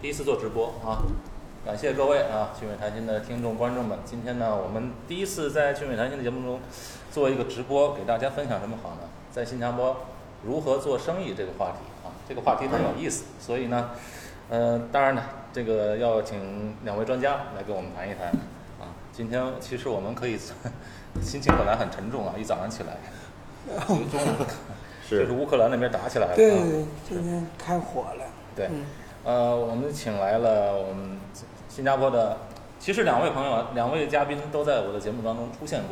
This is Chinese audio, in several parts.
第一次做直播啊，感谢各位啊，趣味谈心的听众观众们。今天呢，我们第一次在趣味谈心的节目中做一个直播，给大家分享什么好呢？在新加坡如何做生意这个话题啊，这个话题很有意思，所以呢，呃，当然呢，这个要请两位专家来跟我们谈一谈啊。今天其实我们可以 心情本来很沉重啊，一早上起来，中午就是乌克兰那边打起来了啊，对对对，今天开火了。对嗯，呃，我们请来了我们新加坡的，其实两位朋友、啊两位嘉宾都在我的节目当中出现过，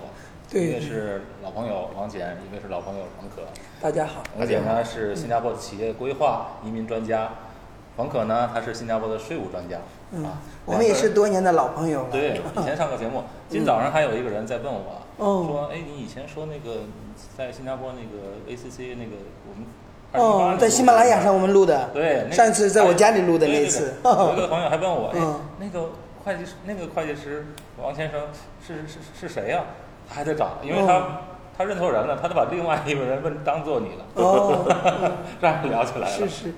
对一个是老朋友王简，一个是老朋友王可。大家好，王简呢是新加坡的企业规划移民专家，王可呢他是新加坡的税务专家。嗯啊，，我们也是两个人。多年的老朋友了。对，以前上过节 目。今早上还有一个人在问我，哦说：“哎，你以前说那个在新加坡那个 ACC 那个我们哦，在喜马拉雅上我们录的。对，那个上次在我家里录的对那对次。对有一个朋友还问 我，哎嗯，那个会计师，那个会计师王先生是是是谁呀、他还在找，因为他、哦他认错人了，他就把另外一个人问当做你了， 哦，让人聊起来了。是是，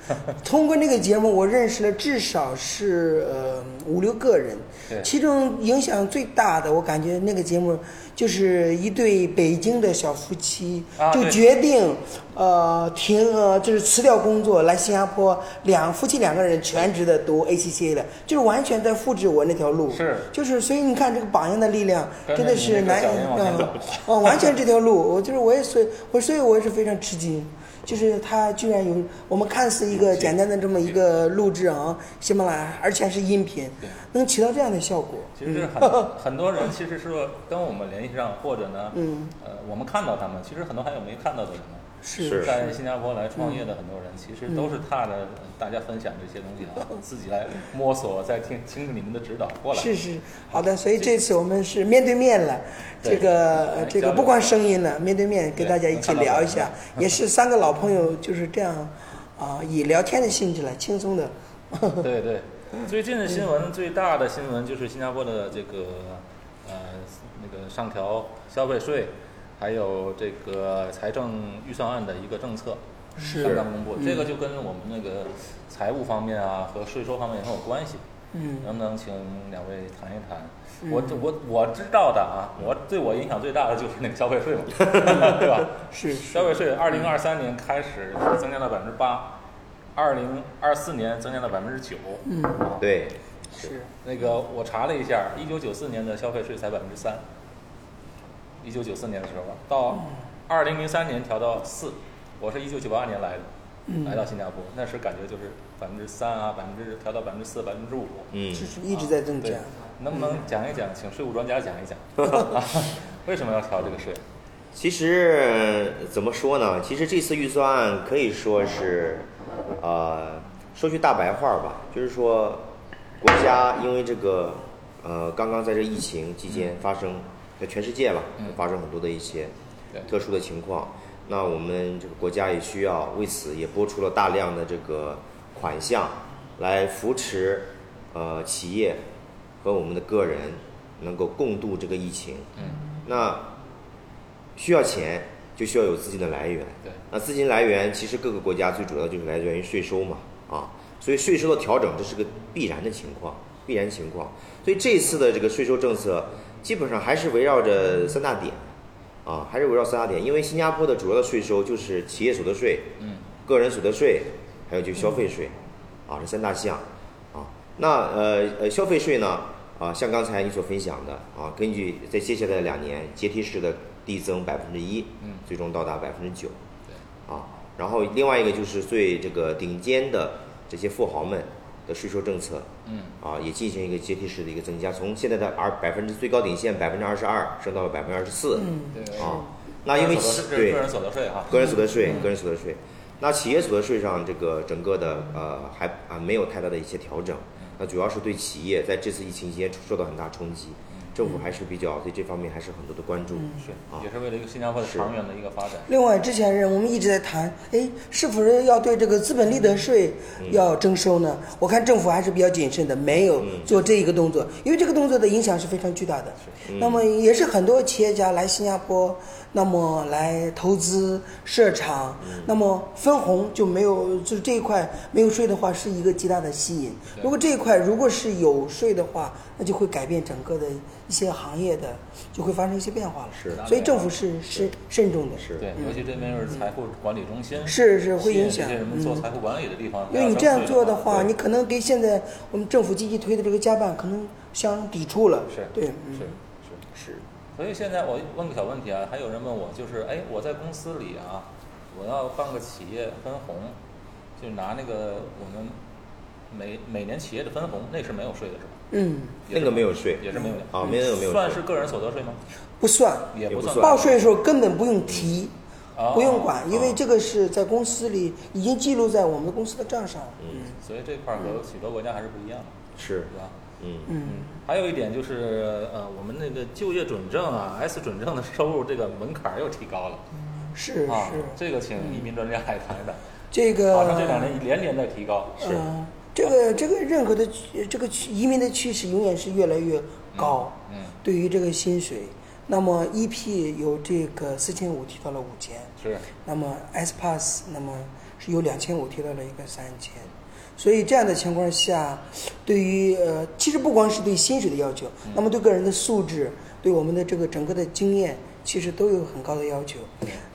通过那个节目，我认识了至少是呃五六个人对，其中影响最大的，我感觉那个节目就是一对北京的小夫妻啊就对决定呃停呃就是辞掉工作来新加坡，两夫妻两个人全职的读 ACCA 的，就是完全在复制我那条路，是就是所以你看这个榜样的力量跟着真的你那是个难以脚印往前走嗯哦，完全这条路，我就是我也所以我所以我也是非常吃惊，就是他居然有我们看似一个简单的这么一个录制啊，喜马拉雅，而且还是音频对，能起到这样的效果，其实很、很多人其实是跟我们联系上，或者呢，嗯，呃，我们看到他们，其实很多还有没看到的人呢。是嗯是在新加坡来创业的很多人，其实都是踏着大家分享这些东 西啊，自己来摸索，再听听着你们的指导过来。是是，好的，所以这次我们是面对面了，对这个呃来这交流个不光声音了，面对面对跟大家一能起看到聊本一人下，也是三个老朋友就是这样啊，以聊天的性质来轻松的， 对对，最近的新闻最大的新闻就是新加坡的这个呃那个上调消费税，还有这个财政预算案的一个政策刚刚公布，嗯这个就跟我们那个财务方面啊和税收方面很有关系。嗯能不能请两位谈一谈？嗯我我我知道的啊，我对我影响最大的就是那个消费 税嘛，对吧？是是消费税二零二三年开始增加到百分之八，二零二四年增加到百分之九。嗯啊对，是那个我查了一下，一九九四年的消费税才百分之三，一九九四年的时候吧，到二零零三年调到四，我是一九九八年来的，来到新加坡，那时感觉就是百分之三啊，百分之调到百分之四、百分之五，嗯，是是一直在增加对。，能不能讲一讲，请税务专家讲一讲，为什么要调这个税？其实呃怎么说呢？其实这次预算案可以说是，呃，说句大白话儿吧，就是说，国家因为这个，呃，刚刚在这疫情期间发生，在全世界吧嗯，发生很多的一些对特殊的情况，那我们这个国家也需要为此也拨出了大量的这个款项来扶持，呃，企业和我们的个人能够共度这个疫情。嗯，那需要钱，就需要有资金的来源。对，那资金来源其实各个国家最主要的就是来源于税收嘛，啊，所以税收的调整这是个必然的情况，必然情况。所以这次的这个税收政策基本上还是围绕着三大点，啊，还是围绕三大点，因为新加坡的主要的税收就是企业所得税、嗯，个人所得税，还有就是消费税，啊，这三大项，啊，那呃呃消费税呢，啊，像刚才你所分享的啊，根据在接下来的两年阶梯式的递增百分之一，嗯最终到达百分之九，对，啊，然后另外一个就是对这个顶尖的这些富豪们的税收政策嗯，啊，也进行一个阶梯式的一个增加，从现在的二百分之最高顶线百分之二十二升到了百分之二十四，嗯，对，啊，那因为个人所企得税这是对个人所得税哈，个人所得税，个人所得税。那企业所得税上，这个整个的呃还啊没有太大的一些调整，那主要是对企业在这次疫情期间受到很大冲击。政府还是比较对这方面还是很多的关注。是嗯啊，也是为了一个新加坡的是长远的一个发展。另外，之前人我们一直在谈，哎，是否是要对这个资本利得税嗯要征收呢？我看政府还是比较谨慎的，没有做这一个动作，因为这个动作的影响是非常巨大的。嗯那么也是很多企业家来新加坡，那么来投资设厂，嗯那么分红就没有，就是这一块没有税的话，是一个极大的吸引。如果这一块如果是有税的话，那就会改变整个的一些行业的，就会发生一些变化了。是所以政府是是慎重的。是对，尤其这边又是财富管理中心，嗯是是会吸引影响这些人们做财富管理的地方。因为你这样做的对话，你可能跟现在我们政府积极推的这个加办可能相抵触了。是对，是嗯，是。是所以现在我问个小问题啊，还有人问我，就是哎，我在公司里啊，我要办个企业分红，就拿那个我们每每年企业的分红，那是没有税的是吧？嗯，也那是个没有税也是没有的。啊，没有没有算税是个人所得税吗？不算，也也不不算。算报税的时候根本不用提，哦不用管，因为哦这个是在公司里已经记录在我们公司的账上了。嗯所以这块儿和许多国家还是不一样的，是对吧？嗯嗯，还有一点就是，呃，我们那个就业准证啊，S 准证的收入这个门槛儿又提高了是啊是，，嗯这个请移民专家来谈谈。这个好像这两年连连在提高，是嗯，这个这个任何的这个趋移民的趋势永远是越来越高。嗯，对于这个薪水，那么 EP 由这个四千五提到了五千，是那么 S Pass 那么是由两千五提到了一个三千，所以这样的情况下，对于呃，其实不光是对薪水的要求，那么对个人的素质，对我们的这个整个的经验，其实都有很高的要求。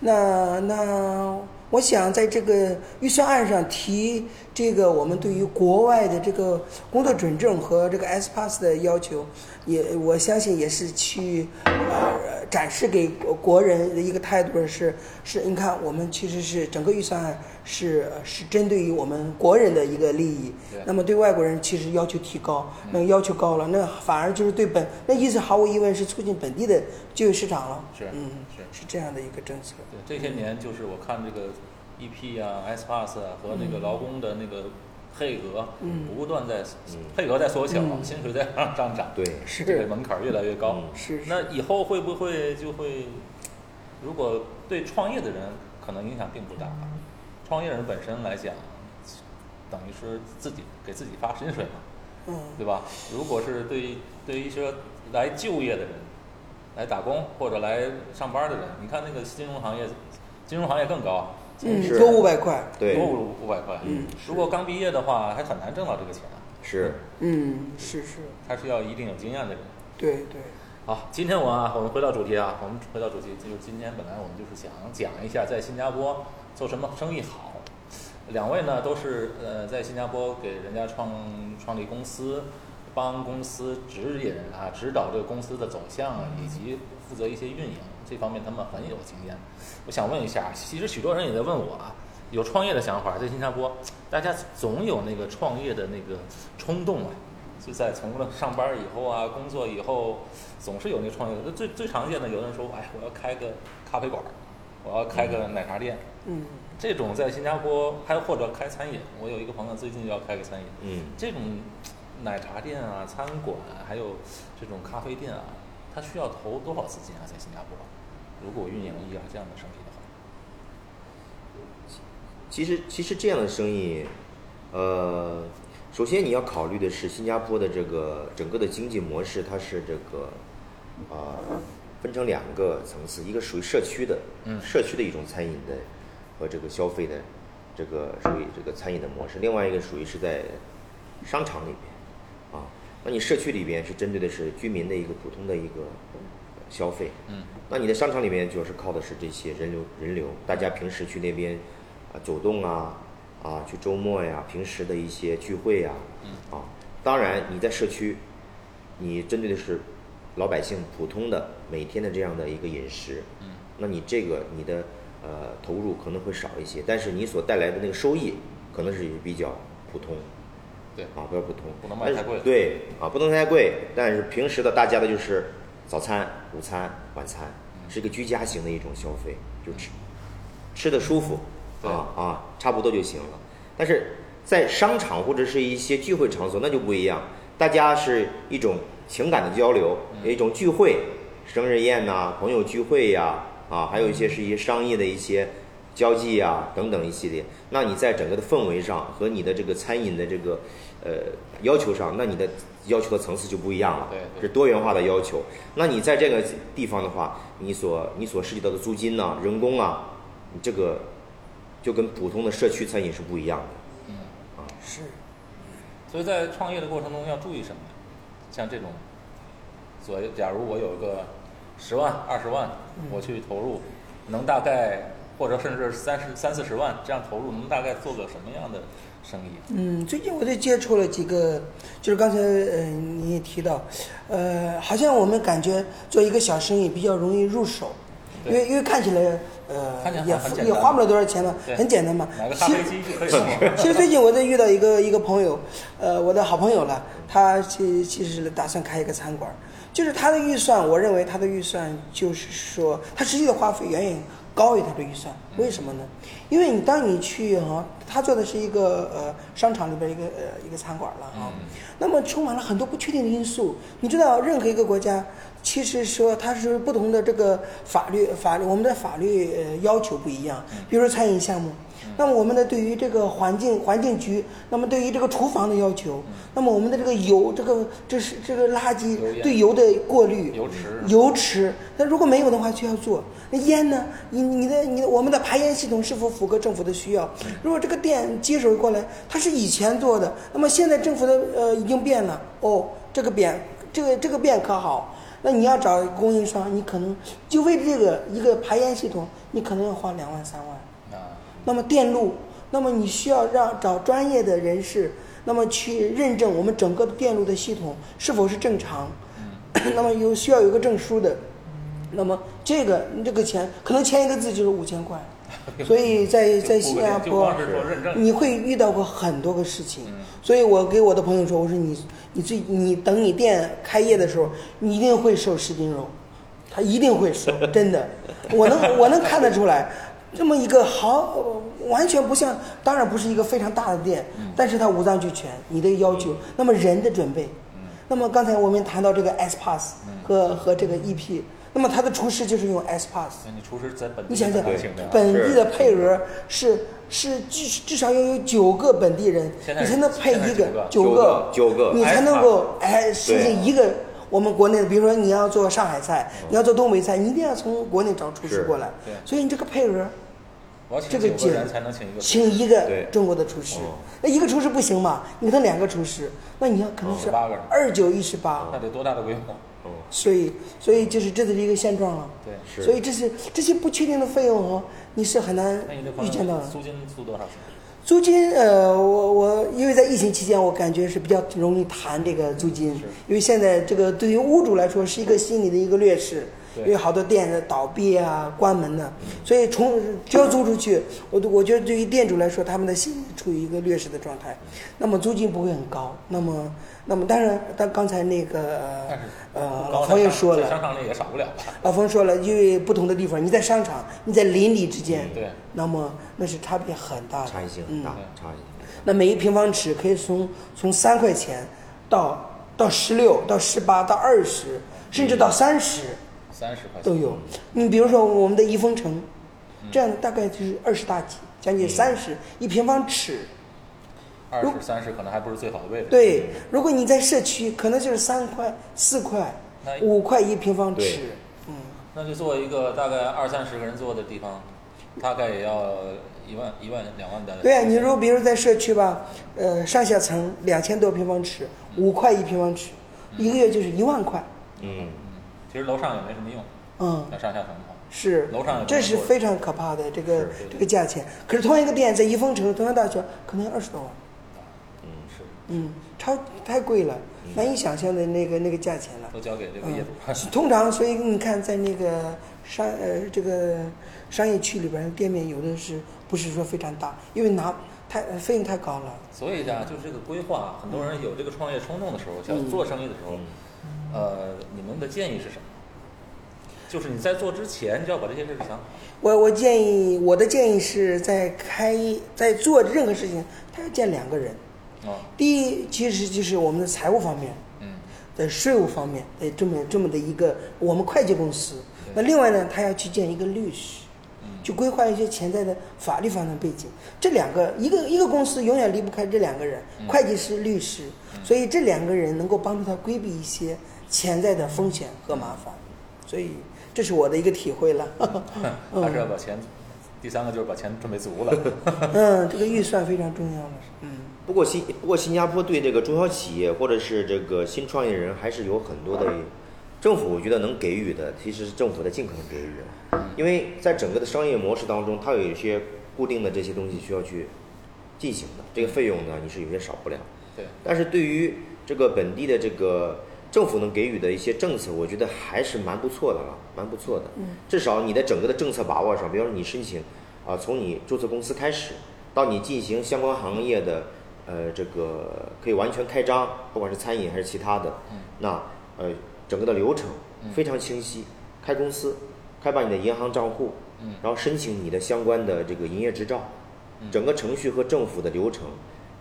那那我想在这个预算案上提这个我们对于国外的这个工作准证和这个 S Pass 的要求，也我相信也是去呃展示给国国人的一个态度是是，你看我们其实是整个预算案是是针对于我们国人的一个利益对，嗯那么对外国人其实要求提高，那个要求高了，那反而就是对本那意思毫无疑问是促进本地的就业市场了，是嗯是是这样的一个政策。对，这些年就是我看这个 EP 啊、S Pass 啊和那个劳工的那个配额，嗯不断在配额在缩小，薪水在上上涨，对是这个门槛儿越来越高。嗯嗯是是那以后会不会就会，如果对创业的人可能影响并不大，创业人本身来讲，等于是自己给自己发薪水嘛，嗯。对吧？如果是对对于一些来就业的人，来打工或者来上班的人，你看那个金融行业，金融行业更高，啊嗯，是多五百块，对多五五百块。嗯如果刚毕业的话，还很难挣到这个钱啊，是嗯，是是，他是要一定有经验的人。对对，好，今天我啊，我们回到主题啊，我们回到主题，就是今天本来我们就是想讲一下在新加坡做什么生意好。两位呢都是呃在新加坡给人家创创立公司，帮公司指引啊指导这个公司的走向啊，以及负责一些运营这方面，他们很有经验。我想问一下，其实许多人也在问我啊，有创业的想法，在新加坡，大家总有那个创业的那个冲动啊，就在从了上班以后啊，工作以后，总是有那创业的。那最最常见的，有的人说，哎，我要开个咖啡馆儿，我要开个奶茶店，嗯，这种在新加坡，还有或者开餐饮，我有一个朋友最近就要开个餐饮，嗯这种奶茶店啊、餐馆啊、还有这种咖啡店啊，它需要投多少资金啊？在新加坡，如果运营一啊这样的生意的话，其实其实这样的生意，呃，首先你要考虑的是新加坡的这个整个的经济模式，它是这个呃分成两个层次，一个属于社区的，嗯社区的一种餐饮的和这个消费的这个属于这个餐饮的模式，另外一个属于是在商场里边啊，那你社区里边是针对的是居民的一个普通的一个呃消费，嗯那你的商场里面主要是靠的是这些人流，人流，大家平时去那边啊走动啊，啊去周末呀，平时的一些聚会呀，啊，当然你在社区，你针对的是老百姓普通的每天的这样的一个饮食，嗯，那你这个你的呃投入可能会少一些，但是你所带来的那个收益可能是比较普通，对，啊，比较普通，不能卖但是太贵对啊，不能太贵。但是平时的大家的就是早餐、午餐、晚餐，嗯是一个居家型的一种消费，就吃吃的舒服对啊啊，差不多就行了。但是在商场或者是一些聚会场所，那就不一样。大家是一种情感的交流，有一种聚会，生日宴呐、朋友聚会呀、啊，还有一些是一些商业的一些交际呀、等等一系列。那你在整个的氛围上和你的这个餐饮的这个呃要求上，那你的要求的层次就不一样了，对对是多元化的要求。那你在这个地方的话，你所你所涉及到的租金呐、人工啊，你这个就跟普通的社区餐饮是不一样的。是所以在创业的过程中要注意什么？像这种，所以假如我有个十万、二十万，我去投入，能大概或者甚至三十三四十万这样投入，能大概做个什么样的生意？嗯，最近我就接触了几个，就是刚才呃你也提到，呃，好像我们感觉做一个小生意比较容易入手，因对为因为看起来呃看起来也很简单也花不了多少钱嘛，对很简单嘛买。个咖其啡实机就可以了。其实最近我在遇到一个一个朋友，呃，我的好朋友了，他其其实打算开一个餐馆儿，就是他的预算，我认为他的预算就是说，他实际的花费远远高于他的预算，为什么呢？因为你当你去哈、他做的是一个呃商场里边一个呃一个餐馆儿了哈、那么充满了很多不确定的因素。你知道，任何一个国家，其实说它是不同的这个法律法律，我们的法律呃要求不一样。比如说餐饮项目，嗯那么我们的对于这个环境环境局，那么对于这个厨房的要求，那么我们的这个油这个这是这个垃圾嗯油烟对油的过滤，油池油池，那如果没有的话就要做。那烟呢？你你的你的我们的排烟系统是否符合政府的需要？嗯如果这个店接手过来，它是以前做的，那么现在政府的呃已经变了，哦，这个变这个这个变可好？那你要找供应商，你可能就为这个一个排烟系统，你可能要花两万三万。啊，那么电路，那么你需要让找专业的人士，那么去认证我们整个电路的系统是否是正常，嗯 那么有需要有个证书的，那么这个这个钱可能前一个字就是五 千块，所以在在新加就坡光。是说认证，你会遇到过很多个事情嗯，所以我给我的朋友说，我说你，你最你等你店开业的时候，你一定会瘦十斤肉，他一定会瘦，真的，我能我能看得出来，这么一个好，完全不像，当然不是一个非常大的店，但是它五脏俱全，你的要求，那么人的准备，那么刚才我们谈到这个 S Pass 和和这个 EP，那么他的厨师就是用 S Pass，你厨师在本地你想想能请的，，本地的配额是是至至少要有九个本地人，现在你是才能配现在是一个九个九九个九个你才能够哎实对现一个。我们国内的，比如说你要做上海菜，你要做东北菜，你一定要从国内找厨师是过来嗯对，所以你这个配额我要请这个九劲个人才能请一个厨师。请一个对中国的厨师哦，那一个厨师不行嘛？你给他两个厨师，那你要可能是18个人哦二九一十八，那得多大的规模？嗯，所以所以就是这就是一个现状了。对，是所以这是这些不确定的费用哦，你是很难那你的预朋见到的友。租金租多少钱？租金，呃，我我因为在疫情期间，我感觉是比较容易谈这个租金，因为现在这个对于屋主来说是一个心理的一个劣势，对因为好多店倒闭啊、关门呐、所以从只要租出去，我我觉得对于店主来说，他们的心理处于一个劣势的状态，那么租金不会很高，那么那么当然，但刚才那个但是呃不老高冯也说在商了，场里也少不了吧？老冯说了，因为不同的地方，你在商场，你在邻里之间，嗯对，那么那是差别很大的，差异性很大嗯，差异性很大。那每一平方尺可以从从三块钱到到十六、到十八、到二十，甚至到三十三十块钱都有。你比如说我们的怡丰城，这样大概就是二十大几，将近三十一平方尺。二十三十可能还不是最好的位置。对，如果你在社区，可能就是三块、四块那、五块一平方对尺。嗯，那就做一个大概二三十个人坐的地方，大概也要一万一万两万的。对啊，你如果比如在社区吧，呃，上下层两千多平方尺，五块一平方尺，一个月就是一万块。嗯，其实楼上也没什么用，嗯，那上下层的话，是，楼上有这是工作非常可怕的这个是这个价钱。可是同样一个店在怡丰城同样大小，可能要二十多万，嗯是，嗯，超太贵了，嗯难以想象的那个那个价钱了。都交给 这个业嗯主。，通常所以你看在那个商呃这个商业区里边儿店面有的是不是说非常大，因为拿太呃费用太高了。所以啊，就是这个规划，很多人有这个创业冲动的时候，想做生意的时候，嗯呃，你们的建议是什么？就是你在做之前就要把这些事儿想好。我我建议我的建议是在开在做任何事情，他要见两个人，啊，第一，其实就是我们的财务方面，嗯，在税务方面，哎，这么这么的一个我们会计公司。对那嗯另外呢，他要去见一个律师，去规划一些潜在的法律方面背景。这两个，一个一个公司永远离不开这两个人，嗯会计师、律师，所以这两个人能够帮助他规避一些潜在的风险和麻烦。嗯所以这是我的一个体会了。 还是要把钱，第三个就是把钱准备足了。嗯，这个预算非常重要了。嗯，不过新不过新加坡对这个中小企业或者是这个新创业人还是有很多的政府，我觉得能给予的，其实是政府在尽可能给嗯予，因为在整个的商业模式当中，它有一些固定的这些东西需要去进行的，这个费用呢，你是有些少不了。对，但是对于这个本地的这个政府能给予的一些政策，我觉得还是蛮不错的了，啊蛮不错的。嗯，至少你的整个的政策把握上，比方说你申请，啊、从你注册公司开始，到你进行相关行业的，呃，这个可以完全开张，不管是餐饮还是其他的，嗯那呃，整个的流程嗯非常清晰，开公司，开办你的银行账户，嗯然后申请你的相关的这个营业执照，嗯整个程序和政府的流程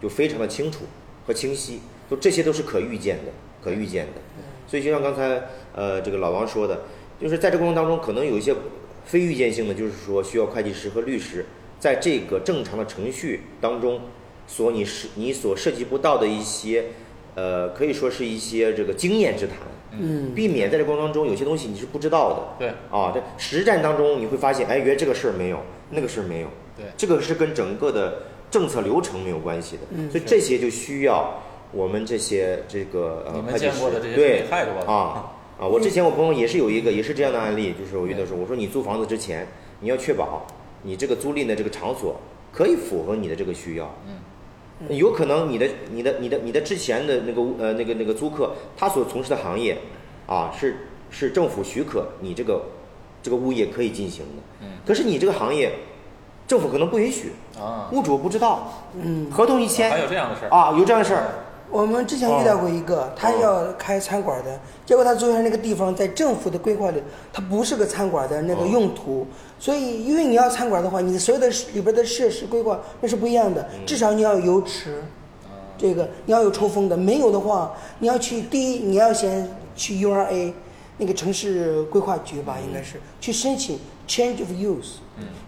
就非常的清楚和清晰，就这些都是可预见的，可预见的。所以就像刚才呃这个老王说的，就是在这过程当中可能有一些非预见性的，就是说需要会计师和律师在这个正常的程序当中所你是你所涉及不到的一些呃可以说是一些这个经验之谈，嗯避免在这过程当中有些东西你是不知道的。对啊，这实战当中你会发现，哎，原来这个事儿没有，那个事儿没有，对这个是跟整个的政策流程没有关系的，嗯所以这些就需要我们这些这个呃你们会计见过师的这些对事情太多了嗯啊啊！我之前我朋友也是有一个也是这样的案例，就是我遇到说，我说你租房子之前，你要确保你这个租赁的这个场所可以符合你的这个需要，嗯有可能你的、你的、你的、你的之前的那个屋呃那个那个租客，他所从事的行业，啊是是政府许可你这个这个物业可以进行的，嗯可是你这个行业，政府可能不允许，啊，屋主不知道，嗯，合同一签还有这样的事儿，嗯啊有这样的事儿，我们之前遇到过一个，他要开餐馆的，结果他租下那个地方在政府的规划里，它不是个餐馆的那个用途，所以因为你要餐馆的话，你的所有的里边的设施规划那是不一样的，至少你要有游池，这个你要有抽风的，没有的话，你要去第一你要先去 URA 那个城市规划局吧，应该是去申请 change of use。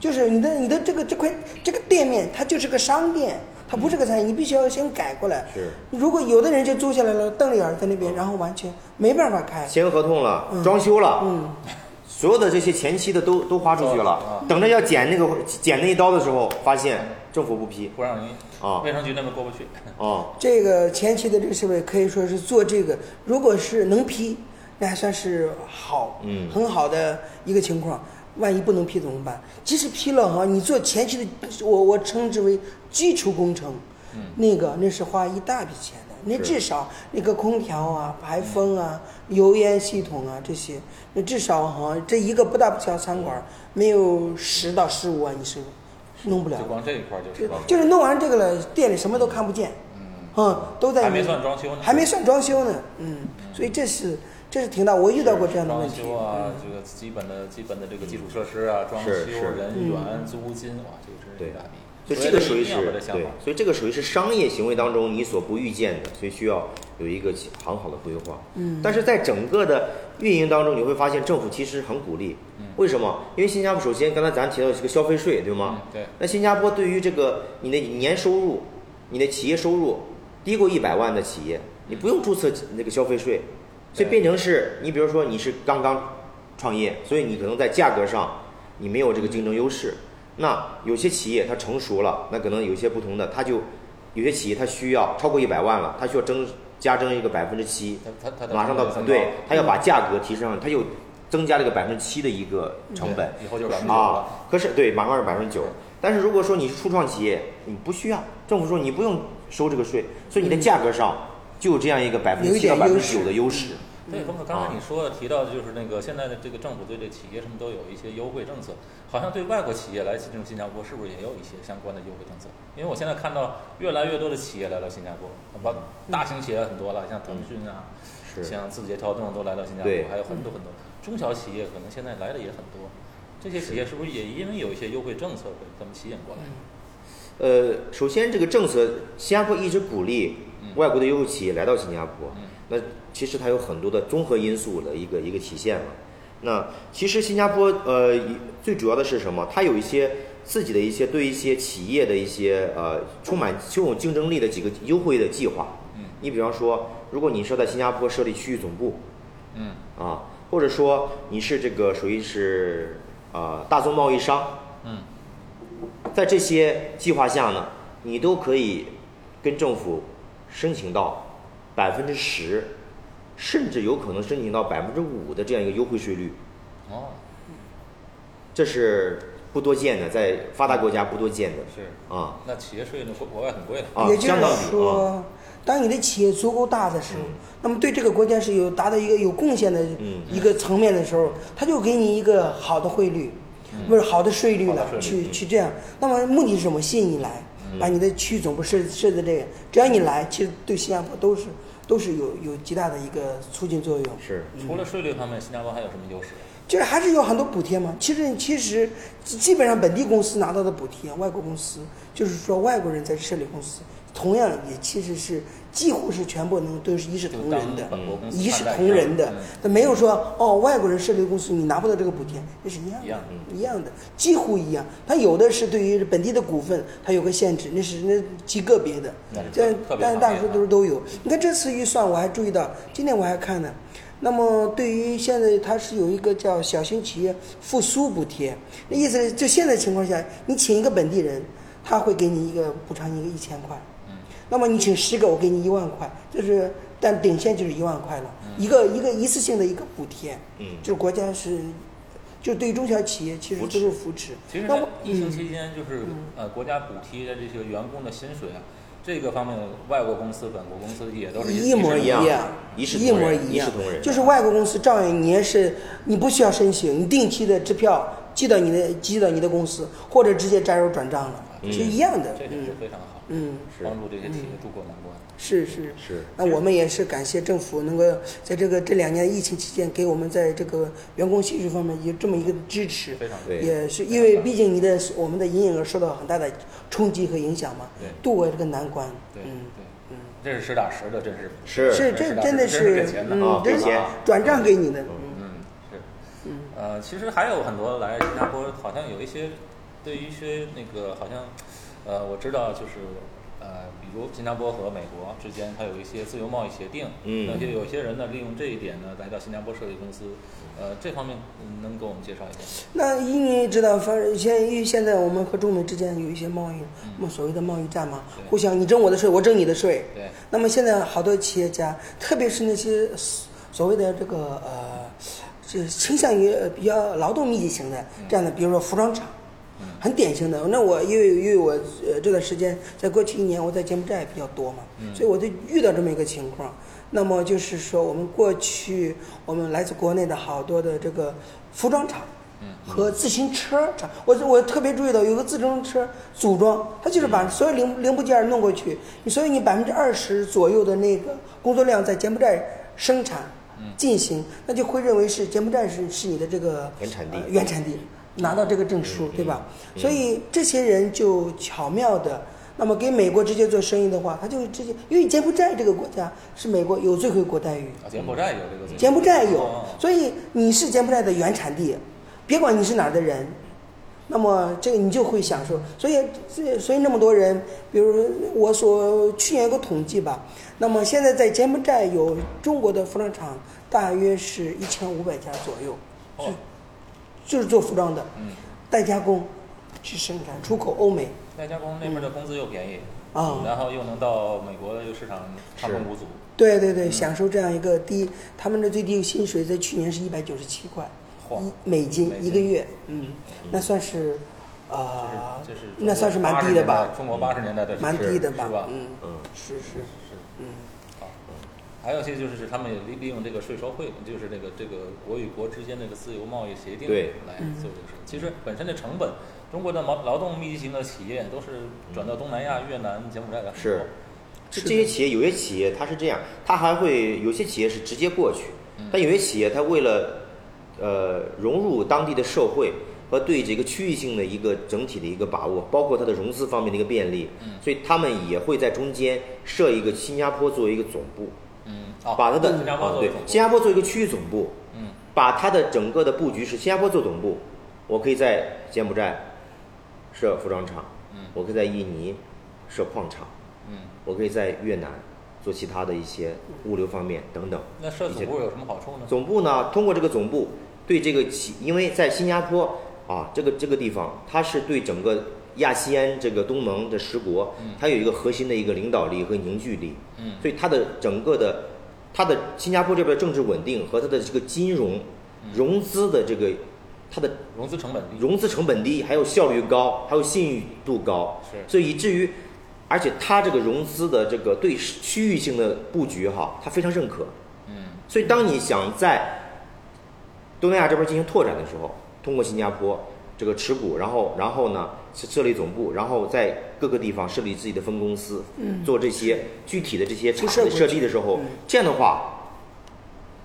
就是你的你的这个这块这个店面，它就是个商店，它不是个餐饮，你必须要先改过来。是如果有的人就租下来了，瞪着眼儿在那边，然后完全没办法开。签合同了，装修了，所有的这些前期的都都花出去了，啊等着要剪那个剪那一刀的时候，发现政府不批不让你啊卫生局那边过不去。啊，这个前期的这个设备可以说是做这个，如果是能批，那还算是好，嗯很好的一个情况。万一不能批怎么办？即使批了哈，你做前期的，我我称之为基础工程，嗯、那个那是花一大笔钱的，那是至少那个空调啊、排风啊、油烟系统啊这些，那至少哈这一个不大不小餐馆儿没有十到十五万你是弄不了就的。光这一块儿就是就吧，就是弄完这个了，店里什么都看不见，嗯，都在还没算装修呢还没算装修呢，嗯，所以这是这是挺大，我遇到过这样的问题装，修啊，这个基本的基本的这个基础设施啊，装修、是是人员、租金，哇，这个真是对一大笔。所以这个属于一定要是把这想对好，所以这个属于是商业行为当中你所不预见的，所以需要有一个很好的规划。嗯，但是在整个的运营当中，你会发现政府其实很鼓励。嗯为什么？因为新加坡首先刚才咱提到这个消费税，对吗？嗯对那新加坡对于这个你的年收入，你的企业收入低过一百万的企业，你不用注册那个消费税，所对以变成是你比如说你是刚刚创业，所以你可能在价格上你没有这个竞争优势。那有些企业它成熟了，那可能有些不同的，它就有些企业它需要超过一百万了，它需要增加增一个百分之七，它它它的马上到成本对增高，它要把价格提升上，它又增加了一个百分之七的一个成本。对以后就是百分之九啊了。，可是对，马上是百分之九。但是如果说你是初创企业，你不需要政府说你不用收这个税，所以你的价格上就有这样一个百分有之一七到点百分优之势九的优势。对，包括刚嗯啊才你说的提到的就是那个现在的这个政府对这企业什么都有一些优惠政策，好像对外国企业来进入新加坡是不是也有一些相关的优惠政策？因为我现在看到越来越多的企业来到新加坡，包括大型企业很多了，像腾讯啊，嗯是像字节跳动都来到新加坡对，还有很多很多中小企业可能现在嗯来的也很多，这些企业是不是也因为有一些优惠政策会给他们吸引过来？呃，首先这个政策，新加坡一直鼓励外国的优秀企业来到新加坡，那其实它有很多的综合因素的一个一个体现嘛。那其实新加坡呃一最主要的是什么？它有一些自己的一些对一些企业的一些呃充满具有竞争力的几个优惠的计划。嗯你比方说，如果你是要在新加坡设立区域总部，嗯啊，或者说你是这个属于是呃大宗贸易商，嗯在这些计划下呢，你都可以跟政府申请到百分之十，甚至有可能申请到百分之五的这样一个优惠税率，哦这是不多见的，在发达国家不多见的是，啊那企业税呢，国国外很贵的，啊也，就相当于是啊，说，当你的企业足够大的时候，嗯那么对这个国家是有达到一个有贡献的嗯一个层面的时候，他就给你一个好的汇率，不是好的税率嗯好的税率嗯了，去去这样。那么目的是什么？吸引你来，把你的区总部设设在这个，只要你来，其实对新加坡都是都是有有极大的一个促进作用。是除了税率方面，新加坡还有什么优势？就是还是有很多补贴嘛。其实其实基基本上本地公司拿到的补贴，外国公司就是说外国人在设立公司，同样也其实是几乎是全部能都是一视就同当仁的，嗯本国公司一视看待同样仁的嗯。那没有说哦，外国人设立公司你拿不到这个补贴，这是一样一样的，一样的，几乎一样。它有的是对于本地的股份，它有个限制，那是那极个别的那是，但特别但常大见多的都是都有。你看这次预算，我还注意到，今天我还看呢。那么对于现在它是有一个叫小型企业复苏补贴，那意思就现在情况下，你请一个本地人，他会给你一个补偿你一个一千块。嗯那么你请十个，我给你一万块，就是但顶限就是一万块了，嗯一个一个一次性的一个补贴，嗯就是国家是，就对于中小企业其实扶都持是扶持。其实那呢我，疫情嗯期间就是呃国家补贴的这些员工的薪水啊，这个方面外国公司、本国公司也都是一模一一样。样，一视一同模仁一一样视同仁，啊就是外国公司照样你也是，你不需要申请，你定期的支票寄到你的寄到你的公司，或者直接加入转账了，嗯是一样的。这点嗯是非常好，嗯，是帮助这些企业渡过难关。是是是那我们也是感谢政府能够在这个这两年疫情期间给我们在这个员工薪水方面有这么一个支持，非常对也是因为毕竟你的我们的营业额受到很大的冲击和影响嘛对，度过这个难关。对嗯，对，这是实打实的，真是是是是这是的真的是是给钱的嗯啊，真给是钱转账给你的。嗯是，呃，其实还有很多来新加坡，好像有一些对于一些那个好像，呃，我知道就是。呃，比如新加坡和美国之间，它有一些自由贸易协定，嗯那些有些人呢，利用这一点呢，来到新加坡设立公司，呃，这方面嗯能给我们介绍一下吗？那因为知道，反正现因为现在我们和中美之间有一些贸易，我们所谓的贸易战嘛，嗯对互相你征我的税，我征你的税。对，啊那么现在好多企业家，特别是那些所所谓的这个呃，是倾向于呃比较劳动密集型的嗯这样的，比如说服装厂，嗯很典型的。那我因为因为我呃这段时间在过去一年我在柬埔寨比较多嘛，嗯所以我就遇到这么一个情况。那么就是说，我们过去我们来自国内的好多的这个服装厂。嗯和自行车厂，我我特别注意到有个自行车组装，它就是嗯把所有零零部件弄过去，你所以你百分之二十左右的那个工作量在柬埔寨生产嗯进行，那就会认为是柬埔寨是是你的这个原产地呃原产地拿到这个证书，对吧？所以这些人就巧妙的。那么给美国直接做生意的话，他就直接，因为柬埔寨这个国家是美国有最惠国待遇，啊，柬埔寨有这个自由柬埔寨有哦，所以你是柬埔寨的原产地，别管你是哪儿的人，那么这个你就会享受。所以，所以所以那么多人，比如说我所去年有个统计吧，那么现在在柬埔寨有中国的服装厂，大约是一千五百家左右，哦就是做服装的，嗯，代加工去生产，出口欧美。代加工那边的工资又便宜，啊然后又能到美国的这个市场畅通无阻，对对嗯对，享受这样一个低，他们的最低薪水在去年是一百九十七块嚯一美金美金一个月，嗯，那算是，啊、这是那算是蛮低的吧，中国八十年代的蛮低的吧，是吧？嗯，嗯，是是，嗯，还有一些就是他们也利利用这个税收会，就是这个这个国与国之间的这个自由贸易协定对来做这个事。嗯其实本身的成本，中国的劳劳动密集型的企业都是转到东南亚、越南、柬埔寨来很多是，这是的这些企业有些企业它是这样，它还会有些企业是嗯直接过去，但有些企业它为了呃融入当地的社会，和对这个区域性的一个整体的一个把握，包括它的融资方面的一个便利，嗯所以他们也会在中间设一个新加坡作为一个总部，嗯，哦，把它的新加坡啊做对总部新加坡做一个区域总部，嗯把它的整个的布局是新加坡做总部，我可以在柬埔寨设服装厂，嗯我可以在印尼设矿场，嗯，我可以在越南做其他的一些物流方面等等。那设总部有什么好处呢？总部呢，通过这个总部对这个企，因为在新加坡啊这个这个地方，它是对整个亚细安这个东盟的十国嗯，它有一个核心的一个领导力和凝聚力，嗯所以它的整个的它的新加坡这边的政治稳定和它的这个金融融资的这个它的融资成本低，融资成本低，还有效率高，还有信誉度高，是所以以至于，而且它这个融资的这个对区域性的布局哈，它非常认可。嗯所以当你想在东南亚这边进行拓展的时候，通过新加坡这个持股，然后然后呢设设立总部，然后在各个地方设立自己的分公司，嗯做这些具体的这些就厂设的过设去立的时候嗯，这样的话。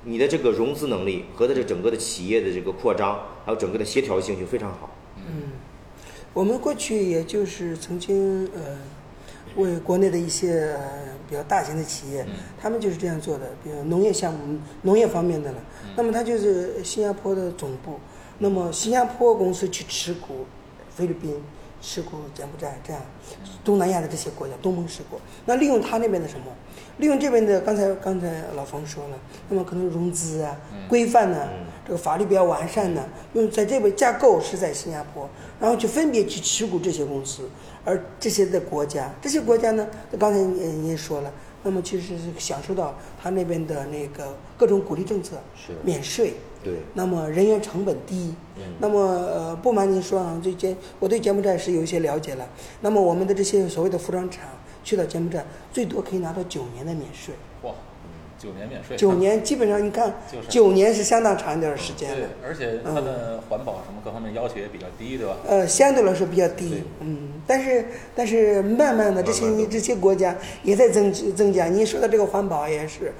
你的这个融资能力和它这整个的企业的这个扩张，还有整个的协调性就非常好。嗯，我们过去也就是曾经呃，为国内的一些、呃、比较大型的企业，他们就是这样做的，比如农业项目、农业方面的呢，那么它就是新加坡的总部，那么新加坡公司去持股菲律宾。持股柬埔寨这样，东南亚的这些国家，东盟十国，那利用他那边的什么？利用这边的，刚才刚才老冯说了，那么可能融资啊、规范呢、这个法律比较完善呢、用在这边架构是在新加坡，然后去分别去持股这些公司，而这些的国家，这些国家呢，刚才你你也说了，那么其实是享受到他那边的那个各种鼓励政策，是免税，对那么人员成本低，嗯那么呃，不瞒您说啊，这柬我对柬埔寨是有一些了解了。那么我们的这些所谓的服装厂去到柬埔寨，最多可以拿到九年的免税，哇，嗯九年免税，九年基本上你看就是，九年是相当长一段儿时间对了，，而且它嗯的环保什么各方面要求也比较低，对吧？呃，相对来说比较低对，嗯，但是但是慢慢的这些慢慢地这些国家也在增增加。您说到这个环保也是。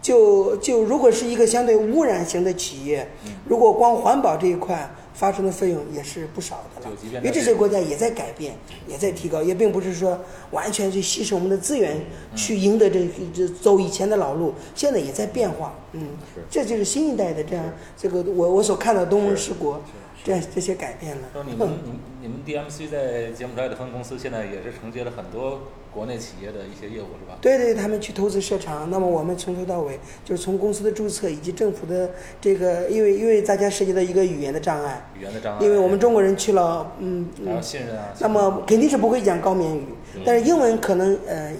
就就如果是一个相对污染型的企业，如果光环保这一块发生的费用也是不少的了就即，便因为它这是些国家也在改变，也在提高，也并不是说完全去牺牲我们的资源去赢得这这走以前的老路，现在也在变化，嗯是，这就是新一代的这样这个我我所看到东盟是十国这样这些改变了。说你们嗯你们你们 DMC 在柬埔寨的分公司现在也是承接了很多国内企业的一些业务，是吧？对对，他们去投资设厂，那么我们从头到尾就是从公司的注册以及政府的这个，因为因为大家涉及到一个语言的障碍，语言的障碍，因为我们中国人去了，嗯还有嗯，信任啊，那么肯定是不会讲高棉语，嗯但是英文可能呃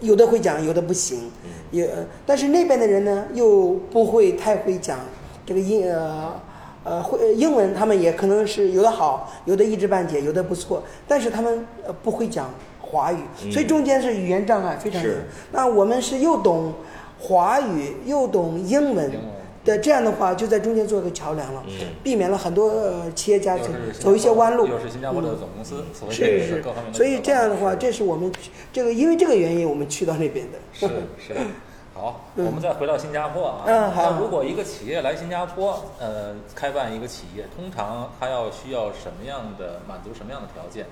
有的会讲，有的不行，嗯也呃但是那边的人呢又不会太会讲这个英呃。呃，会呃英文他们也可能是有的好，有的一知半解，有的不错，但是他们呃不会讲华语，嗯所以中间是语言障碍非常是严那我们是又懂华语又懂英文英文嗯的，这样的话就在中间做个桥梁了，避免了很多呃企业家又是走新加坡走一些弯路。嗯又是新加坡的总公司，所以是这个是各方面，的所以这样的话，是这是我们这个因为这个原因，我们去到那边的。是是。好，我们再回到新加坡啊。嗯好那如果一个企业来新加坡，呃，开办一个企业，通常它要需要什么样的满足什么样的条件，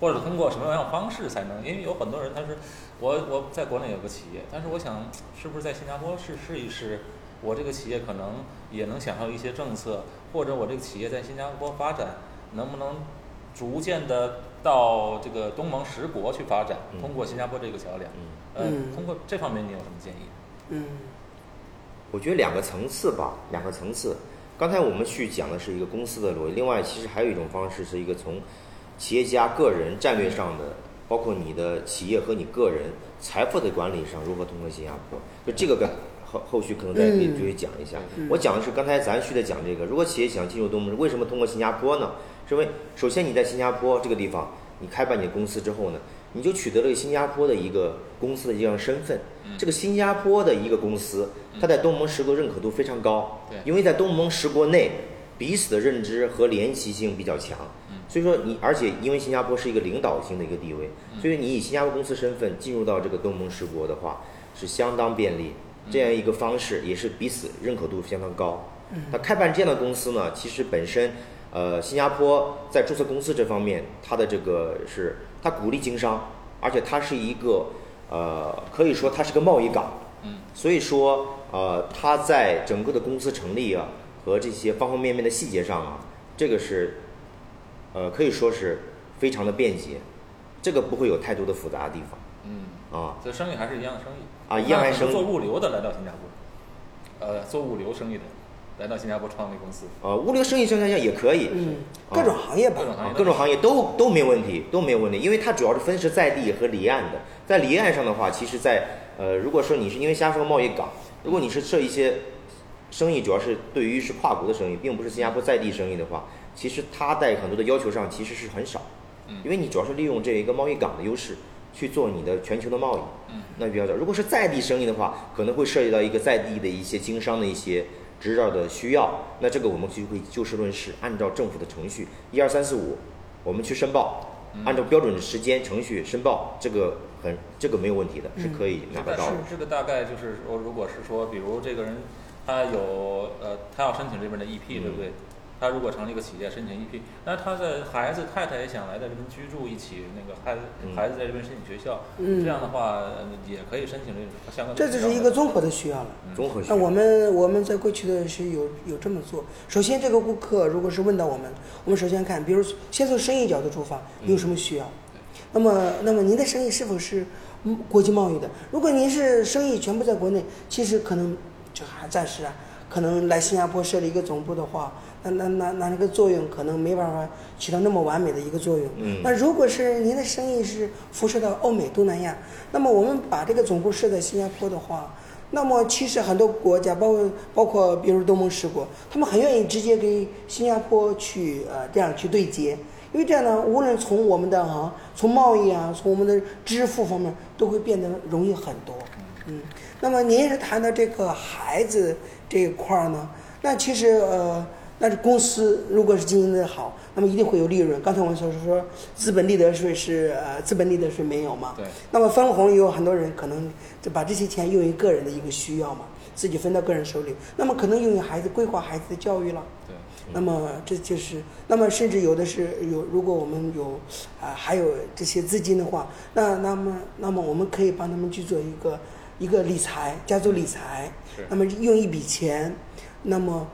或者通过什么样的方式才能？因为有很多人他是，我我在国内有个企业，但是我想是不是在新加坡试试一试，我这个企业可能也能享受一些政策，或者我这个企业在新加坡发展能不能逐渐的到这个东盟十国去发展，嗯通过新加坡这个桥梁。嗯呃嗯，通过这方面你有什么建议？嗯我觉得两个层次吧，两个层次。刚才我们去讲的是一个公司的逻辑，另外其实还有一种方式是一个从企业家个人战略上的，包括你的企业和你个人财富的管理上如何通过新加坡，就这个跟后后续可能再给嗯诸位讲一下。嗯我讲的是刚才咱续的讲这个，如果企业想进入东盟，为什么通过新加坡呢？是因为首先你在新加坡这个地方，你开办你的公司之后呢，你就取得了新加坡的一个公司的一样身份。这个新加坡的一个公司，它在东盟十国认可度非常高对，因为在东盟十国内彼此的认知和联系性比较强嗯。所以说你，而且因为新加坡是一个领导性的一个地位，嗯所以你以新加坡公司身份进入到这个东盟十国的话，是相当便利。这样一个嗯方式也是彼此认可度相当高。那开办这样的公司呢，其实本身呃，新加坡在注册公司这方面，它的这个是它鼓励经商，而且它是一个呃，可以说它是个贸易港。嗯，所以说，呃，它在整个的公司成立啊和这些方方面面的细节上啊，这个是，呃，可以说是非常的便捷，这个不会有太多的复杂的地嗯，方啊。这生意还是一样的生意啊一样还那是生意做物流的来到新加坡，呃，做物流生意的来到新加坡创立公司，呃，物流生意生产项也可以，嗯，各种行业吧各，种行啊业，各种行业都都没有问题，都没有问题，因为它主要是分是在地和离岸的。在离岸上的话，其实在，呃，如果说你是因为加州贸易港，如果你是设一些生意，主要是对于是跨国的生意，并不是新加坡在地生意的话，其实它在很多的要求上其实是很少嗯，因为你主要是利用这一个贸易港的优势去做你的全球的贸易，嗯，那比较早。如果是在地生意的话，可能会涉及到一个在地的一些经商的一些执照的需要。那这个我们就会就事论事，按照政府的程序，一二三四五，我们去申报，嗯按照标准的时间程序申报，这个很这个没有问题的，是可以拿得但到是的。这个大概就是说，如果是说，比如这个人他有呃，他要申请这边的 EP，对不对？他如果成立一个企业申请 EP，那他的孩子太太也想来在这边居住一起，那个孩子、嗯孩子在这边申请学校，嗯这样的话呃也可以申请这种相关的这学校。就是一个综合的需要了。嗯综合需那要我们我们在过去的是有有这么做。首先，这个顾客如果是问到我们，我们首先看，比如先从生意角度出发，你有什么需要？那么，那么您的生意是否是嗯国际贸易的？如果您是生意全部在国内，其实可能就还暂时啊，可能来新加坡设立一个总部的话，那那那那那个作用可能没办法起到那么完美的一个作用。嗯那如果是您的生意是辐射到欧美、东南亚，那么我们把这个总部设在新加坡的话，那么其实很多国家，包括包括比如东盟十国，他们很愿意直接跟新加坡去呃这样去对接，因为这样呢，无论从我们的啊，从贸易啊，从我们的支付方面，都会变得容易很多。嗯，那么您是谈到这个孩子这一块儿呢，那其实呃，那是公司如果是经营的好，那么一定会有利润。刚才我们所说，资本利得税是呃，资本利得税没有嘛？对。那么分红也有很多人可能就把这些钱用于个人的一个需要嘛，自己分到个人手里，那么可能用于孩子规划孩子的教育了。对，那么这就是，那么甚至有的是有，如果我们有啊、还有这些资金的话，那那么那么我们可以帮他们去做一个一个理财，家族理财是，那么用一笔钱，那么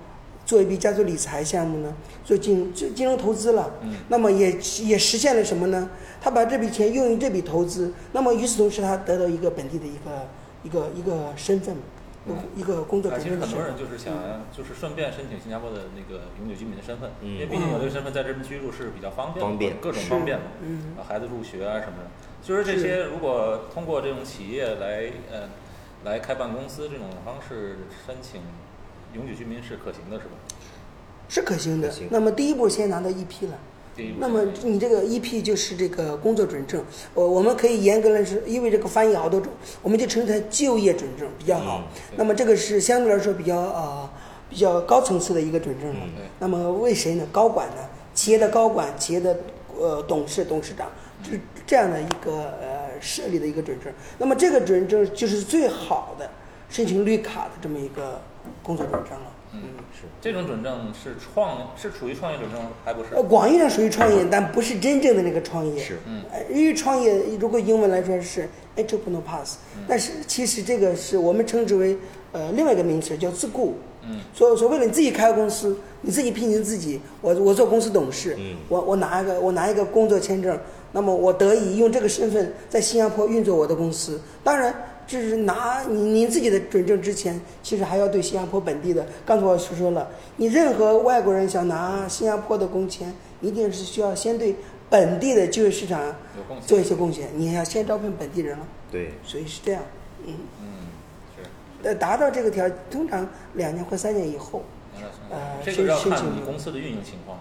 做一笔家族理财项目呢，做金做金融投资了，嗯那么也也实现了什么呢？他把这笔钱用于这笔投资，那么与此同时，他得到一个本地的一个一个一个身份，一个工作啊，本其身实的身份。很多人就是想，就是顺便申请新加坡的那个永久居民的身份，嗯因为毕竟有这个身份在这边居住是比较方便的，方便各种是方便嘛，嗯啊，孩子入学啊什么的，就是这些。如果通过这种企业来，呃，来开办公司这种方式申请永久居民是可行的，是吧？是可行的。可行那么第一步先拿到 EP 了。第一步那么你这个 EP 就是这个工作准证，我我们可以严格来说，因为这个翻译好多种，我们就称它就业准证比较好。嗯那么这个是相对来说比较呃比较高层次的一个准证了。嗯对那么为谁呢？高管呢？企业的高管、企业的呃董事、董事长，这这样的一个呃设立的一个准证。那么这个准证就是最好的申请绿卡的这么一个工作准证了。嗯这种准证是创是处于创业准证还不是？呃，广义上属于创业，但不是真正的那个创业。是嗯呃，因为创业如果英文来说是哎 entrepreneur pass，、但是其实这个是我们称之为呃另外一个名词叫自雇。嗯，所所谓的你自己开个公司，你自己聘请自己，我我做公司董事，嗯我我拿一个我拿一个工作签证，那么我得以用这个身份在新加坡运作我的公司。当然，这是拿你您自己的准证之前，其实还要对新加坡本地的。刚才我是说了，你任何外国人想拿新加坡的工签，一定是需要先对本地的就业市场有贡献做一些贡献，你要先招聘本地人了，对，所以是这样。嗯，嗯，是。呃，达到这个条，通常两年或三年以后。原来是呃嗯这申个要申看请你公司的运营情况，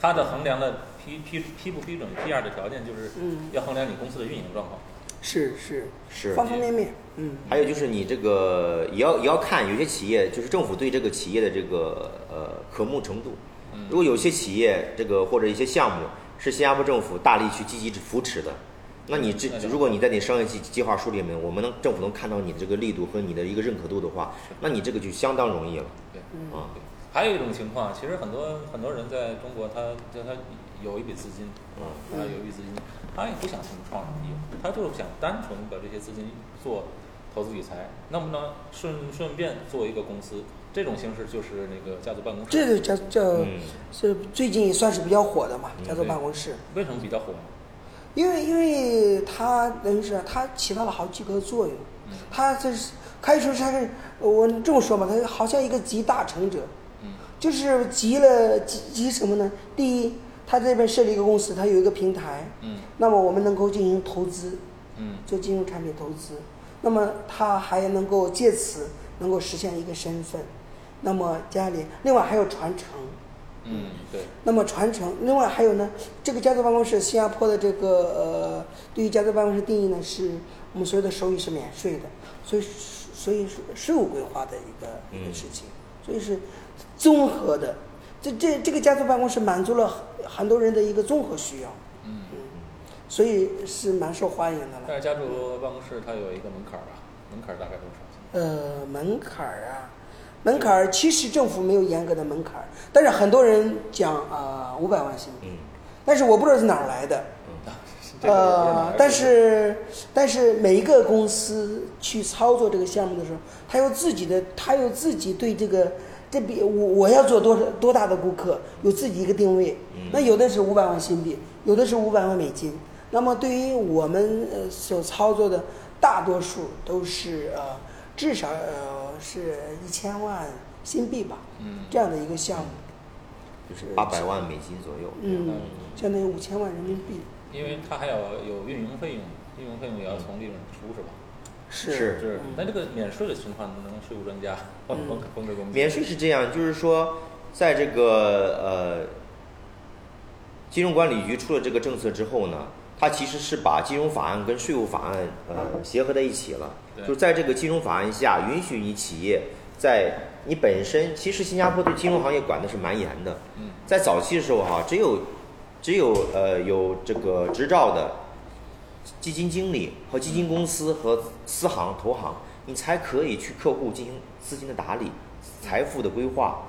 它的衡量的批批批不批准 PR 的条件就是嗯要衡量你公司的运营状况。是是是方方面面，嗯，还有就是你这个也要也要看，有些企业就是政府对这个企业的这个呃渴慕程度。嗯如果有些企业这个或者一些项目是新加坡政府大力去积极扶持的，那你这那就如果你在你商业计计划书里面，我们能政府嗯能看到你的这个力度和你的一个认可度的话，那你这个就相当容易了对，啊。还有一种情况，其实很多很多人在中国，他就他有一笔资金，嗯他有一笔资金，他也不想去创什么业，他就是想单纯把这些资金做投资理财，那么呢，顺顺便做一个公司，这种形式就是那个家族办公室。这个叫叫嗯是最近也算是比较火的嘛，嗯叫做对办公室。为什么比较火呢？因为因为它等于是它起到了好几个作用嗯，它这是可以说是它是我这么说嘛，它好像一个集大成者，嗯就是集了集集什么呢？第一，它这边设立一个公司，它有一个平台，嗯那么我们能够进行投资，嗯做金融产品投资，那么它还能够借此能够实现一个身份，那么家里另外还有传承，嗯，对，那么传承，另外还有呢，这个家族办公室，新加坡的这个呃，对于家族办公室定义呢，是我们所有的收益是免税的，所以所以是税务规划的一个、一个嗯事情，所以是综合的。这这这个家族办公室满足了很很多人的一个综合需要，嗯。所以是蛮受欢迎的但了。是家族办公室它有一个门槛儿吧？门槛儿大概多少？ 呃，门槛儿啊，门槛儿其实政府没有严格的门槛儿，但是很多人讲啊五百万新币，嗯但是我不知道是哪儿来的。这个也不哪儿呃，但有是但是每一个公司去操作这个项目的时候，他有自己的，他有自己对这个这笔我我要做多少多大的顾客，有自己一个定位。那有的是五百万新币，有的是五百万美金。那么对于我们呃所操作的，大多数都是呃至少呃是一千万新币吧，嗯这样的一个项目，就是八百万美金左右。嗯嗯，相当于五千万人民币。因为它还要有运营费用，运营费用也要从利润出是吧？是是。那这个免税的情况，能税务专嗯家帮帮帮个公免税是这样，就是说，在这个呃金融管理局出了这个政策之后呢，它其实是把金融法案跟税务法案呃结合在一起了。对就在这个金融法案下，允许你企业在你本身，其实新加坡对金融行业管的是蛮严的。嗯在早期的时候哈、只有只有呃有这个执照的基金经理和基金公司和私行、投行，你才可以去客户进行资金的打理、财富的规划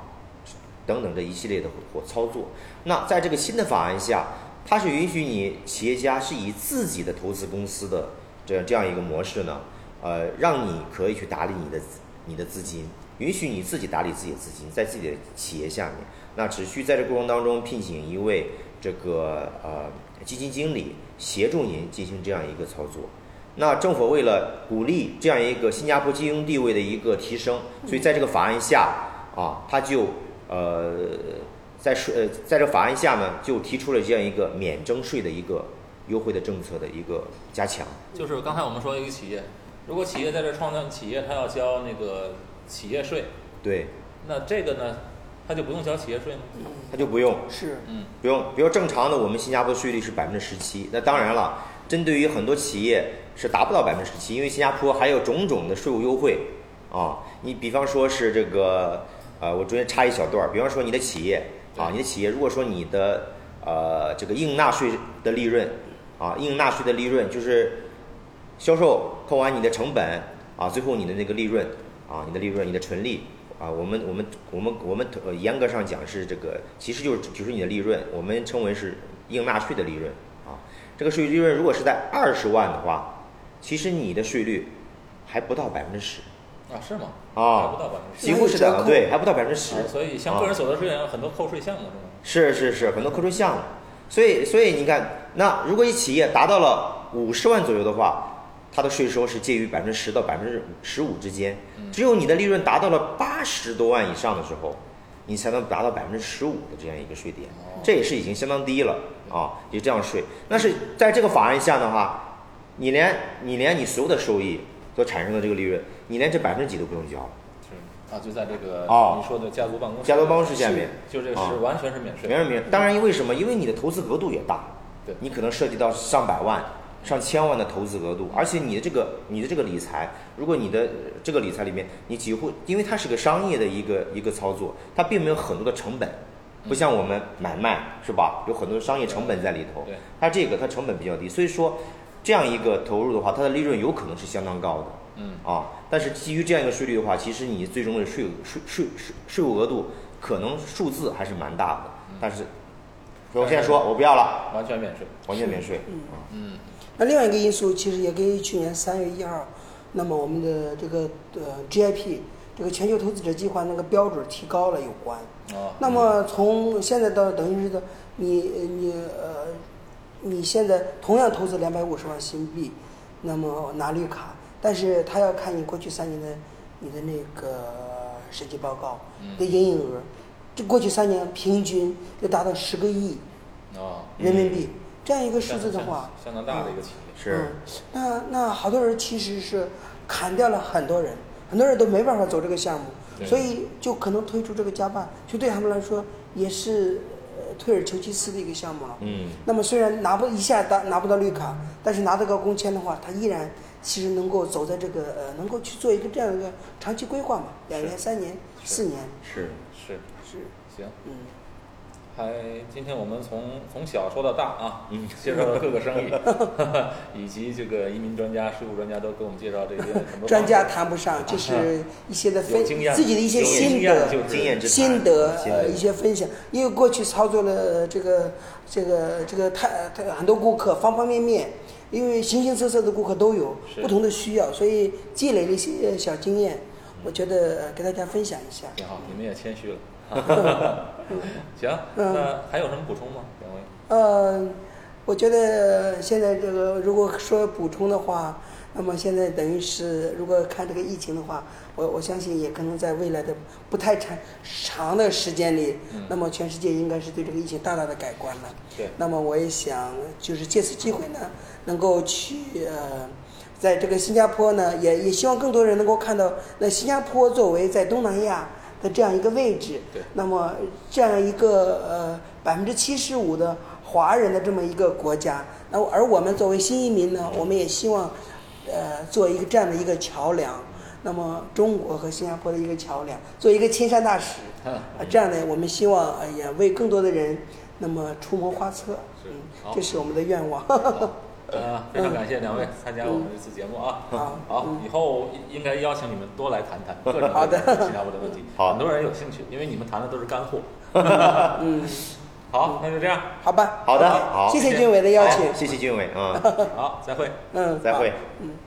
等等这一系列的活操作。那在这个新的法案下，它是允许你企业家是以自己的投资公司的这这样一个模式呢，呃，让你可以去打理你的资你的资金，允许你自己打理自己的资金，在自己的企业下面。那只需在这过程当中聘请一位这个呃基金经理协助您进行这样一个操作。那政府为了鼓励这样一个新加坡金融地位的一个提升，所以在这个法案下啊，它就呃在税呃在这法案下呢，就提出了这样一个免征税的一个优惠的政策的一个加强。就是刚才我们说一个企业，如果企业在这创办企业，它要交那个企业税，对，那这个呢，它就不用交企业税吗？它就不用是。嗯不用，比如正常的我们新加坡税率是百分之十七，那当然了，针对于很多企业是达不到百分之十七，因为新加坡还有种种的税务优惠啊。你比方说是这个，呃，我中间插一小段儿，比方说你的企业啊，你的企业如果说你的呃这个应纳税的利润啊，应纳税的利润就是销售扣完你的成本啊，最后你的那个利润啊，你的利润，你的纯利啊，我们我们我们我们呃严格上讲是这个，其实就是就是你的利润，我们称为是应纳税的利润啊。这个税利润如果是在二十万的话，其实你的税率还不到百分之十嗯啊，是吗？还不啊，到百分之几乎是折在扣对，还不到百分之十。十，所以像个人所得税一啊样，有很多扣税项目是吗？是是是，很多扣除项目。所以所以你看，那如果一企业达到了五十万左右的话，它的税收是介于百分之十到百分之十五之间。只有你的利润达到了八十多万以上的时候，你才能达到百分之十五的这样一个税点，这也是已经相当低了啊，就这样税。但是在这个法案下的话，你连你连你所有的收益所产生的这个利润，你连这百分之几都不用交了，是啊，就在这个哦你说的家族办公室，加多办公室下面。就这个是啊完全是免税没的。人明。当然，因为什么？因为你的投资额度也大，对你可能涉及到上百万、上千万的投资额度，而且你的这个你的这个理财，如果你的呃这个理财里面，你几乎因为它是个商业的一个一个操作，它并没有很多的成本，嗯不像我们买卖是吧？有很多商业成本在里头对，它这个它成本比较低，所以说这样一个投入的话，它的利润有可能是相当高的。嗯啊，但是基于这样一个税率的话，其实你最终的税税税税税务额度可能数字还是蛮大的，但是我现在说我不要了，完全免税。完全免税。啊那另外一个因素其实也跟去年三月一号，那么我们的这个呃 GIP 这个全球投资者计划那个标准提高了有关。啊，那么从现在到等于是的，你你呃，你现在同样投资两百五十万新币，那么拿绿卡，但是他要看你过去三年的你的那个审计报告嗯的营业额，这过去三年平均要达到十个亿啊，人民币，这样一个数字的话，相当大的一个企业。是，嗯、那那好多人其实是砍掉了很多人，很多人都没办法走这个项目，对所以就可能推出这个加办，就对他们来说也是呃退而求其次的一个项目了。嗯，那么虽然拿不一下拿拿不到绿卡，但是拿到个工签的话，他依然其实能够走在这个呃能够去做一个这样一个长期规划嘛，两年、三年、是四年是，是，是行，嗯还今天我们从从小说到大啊，嗯介绍了各个 生意， 以及这个移民专家、税务专家都给我们介绍这 些很多专家方谈不上，就是一些的面分啊有经验，自己的一些有心经验得。就是经验之谈心得心呃一些分享，因为过去操作了呃这个这个这个太太很多顾客方方面面，因为形形色色的顾客都有是不同的需要，所以积累了一些呃小经验，我觉得呃给大家分享一下。挺好，你们也谦 虚了。 行，嗯那还有什么补充吗？两位？呃，我觉得现在这个如果说补充的话，那么现在等于是如果看这个疫情的话，我我相信也可能在未来的不太长长的时间里，那么全世界应该是对这个疫情大大的改观了。对那么我也想就是借此机会呢，能够去呃。在这个新加坡呢，也也希望更多人能够看到，那新加坡作为在东南亚的这样一个位置，对那么这样一个呃百分之七十五的华人的这么一个国家，那而我们作为新移民呢，我们也希望，呃，做一个这样的一个桥梁，那么中国和新加坡的一个桥梁，做一个亲善大使，啊，这样呢，我们希望呃也为更多的人那么出谋划策，是嗯好，这是我们的愿望。啊，嗯非常感谢两位参加我们这次节目啊！好好，以后应该邀请你们多来谈谈各种嗯好各的样的新加坡的问题，好很多人有兴趣，因为你们谈的都是干货。嗯， 好，那就这样， 好吧，好的，好，谢谢俊伟的邀请好，谢谢俊伟啊，好，再会。嗯，再好会。嗯。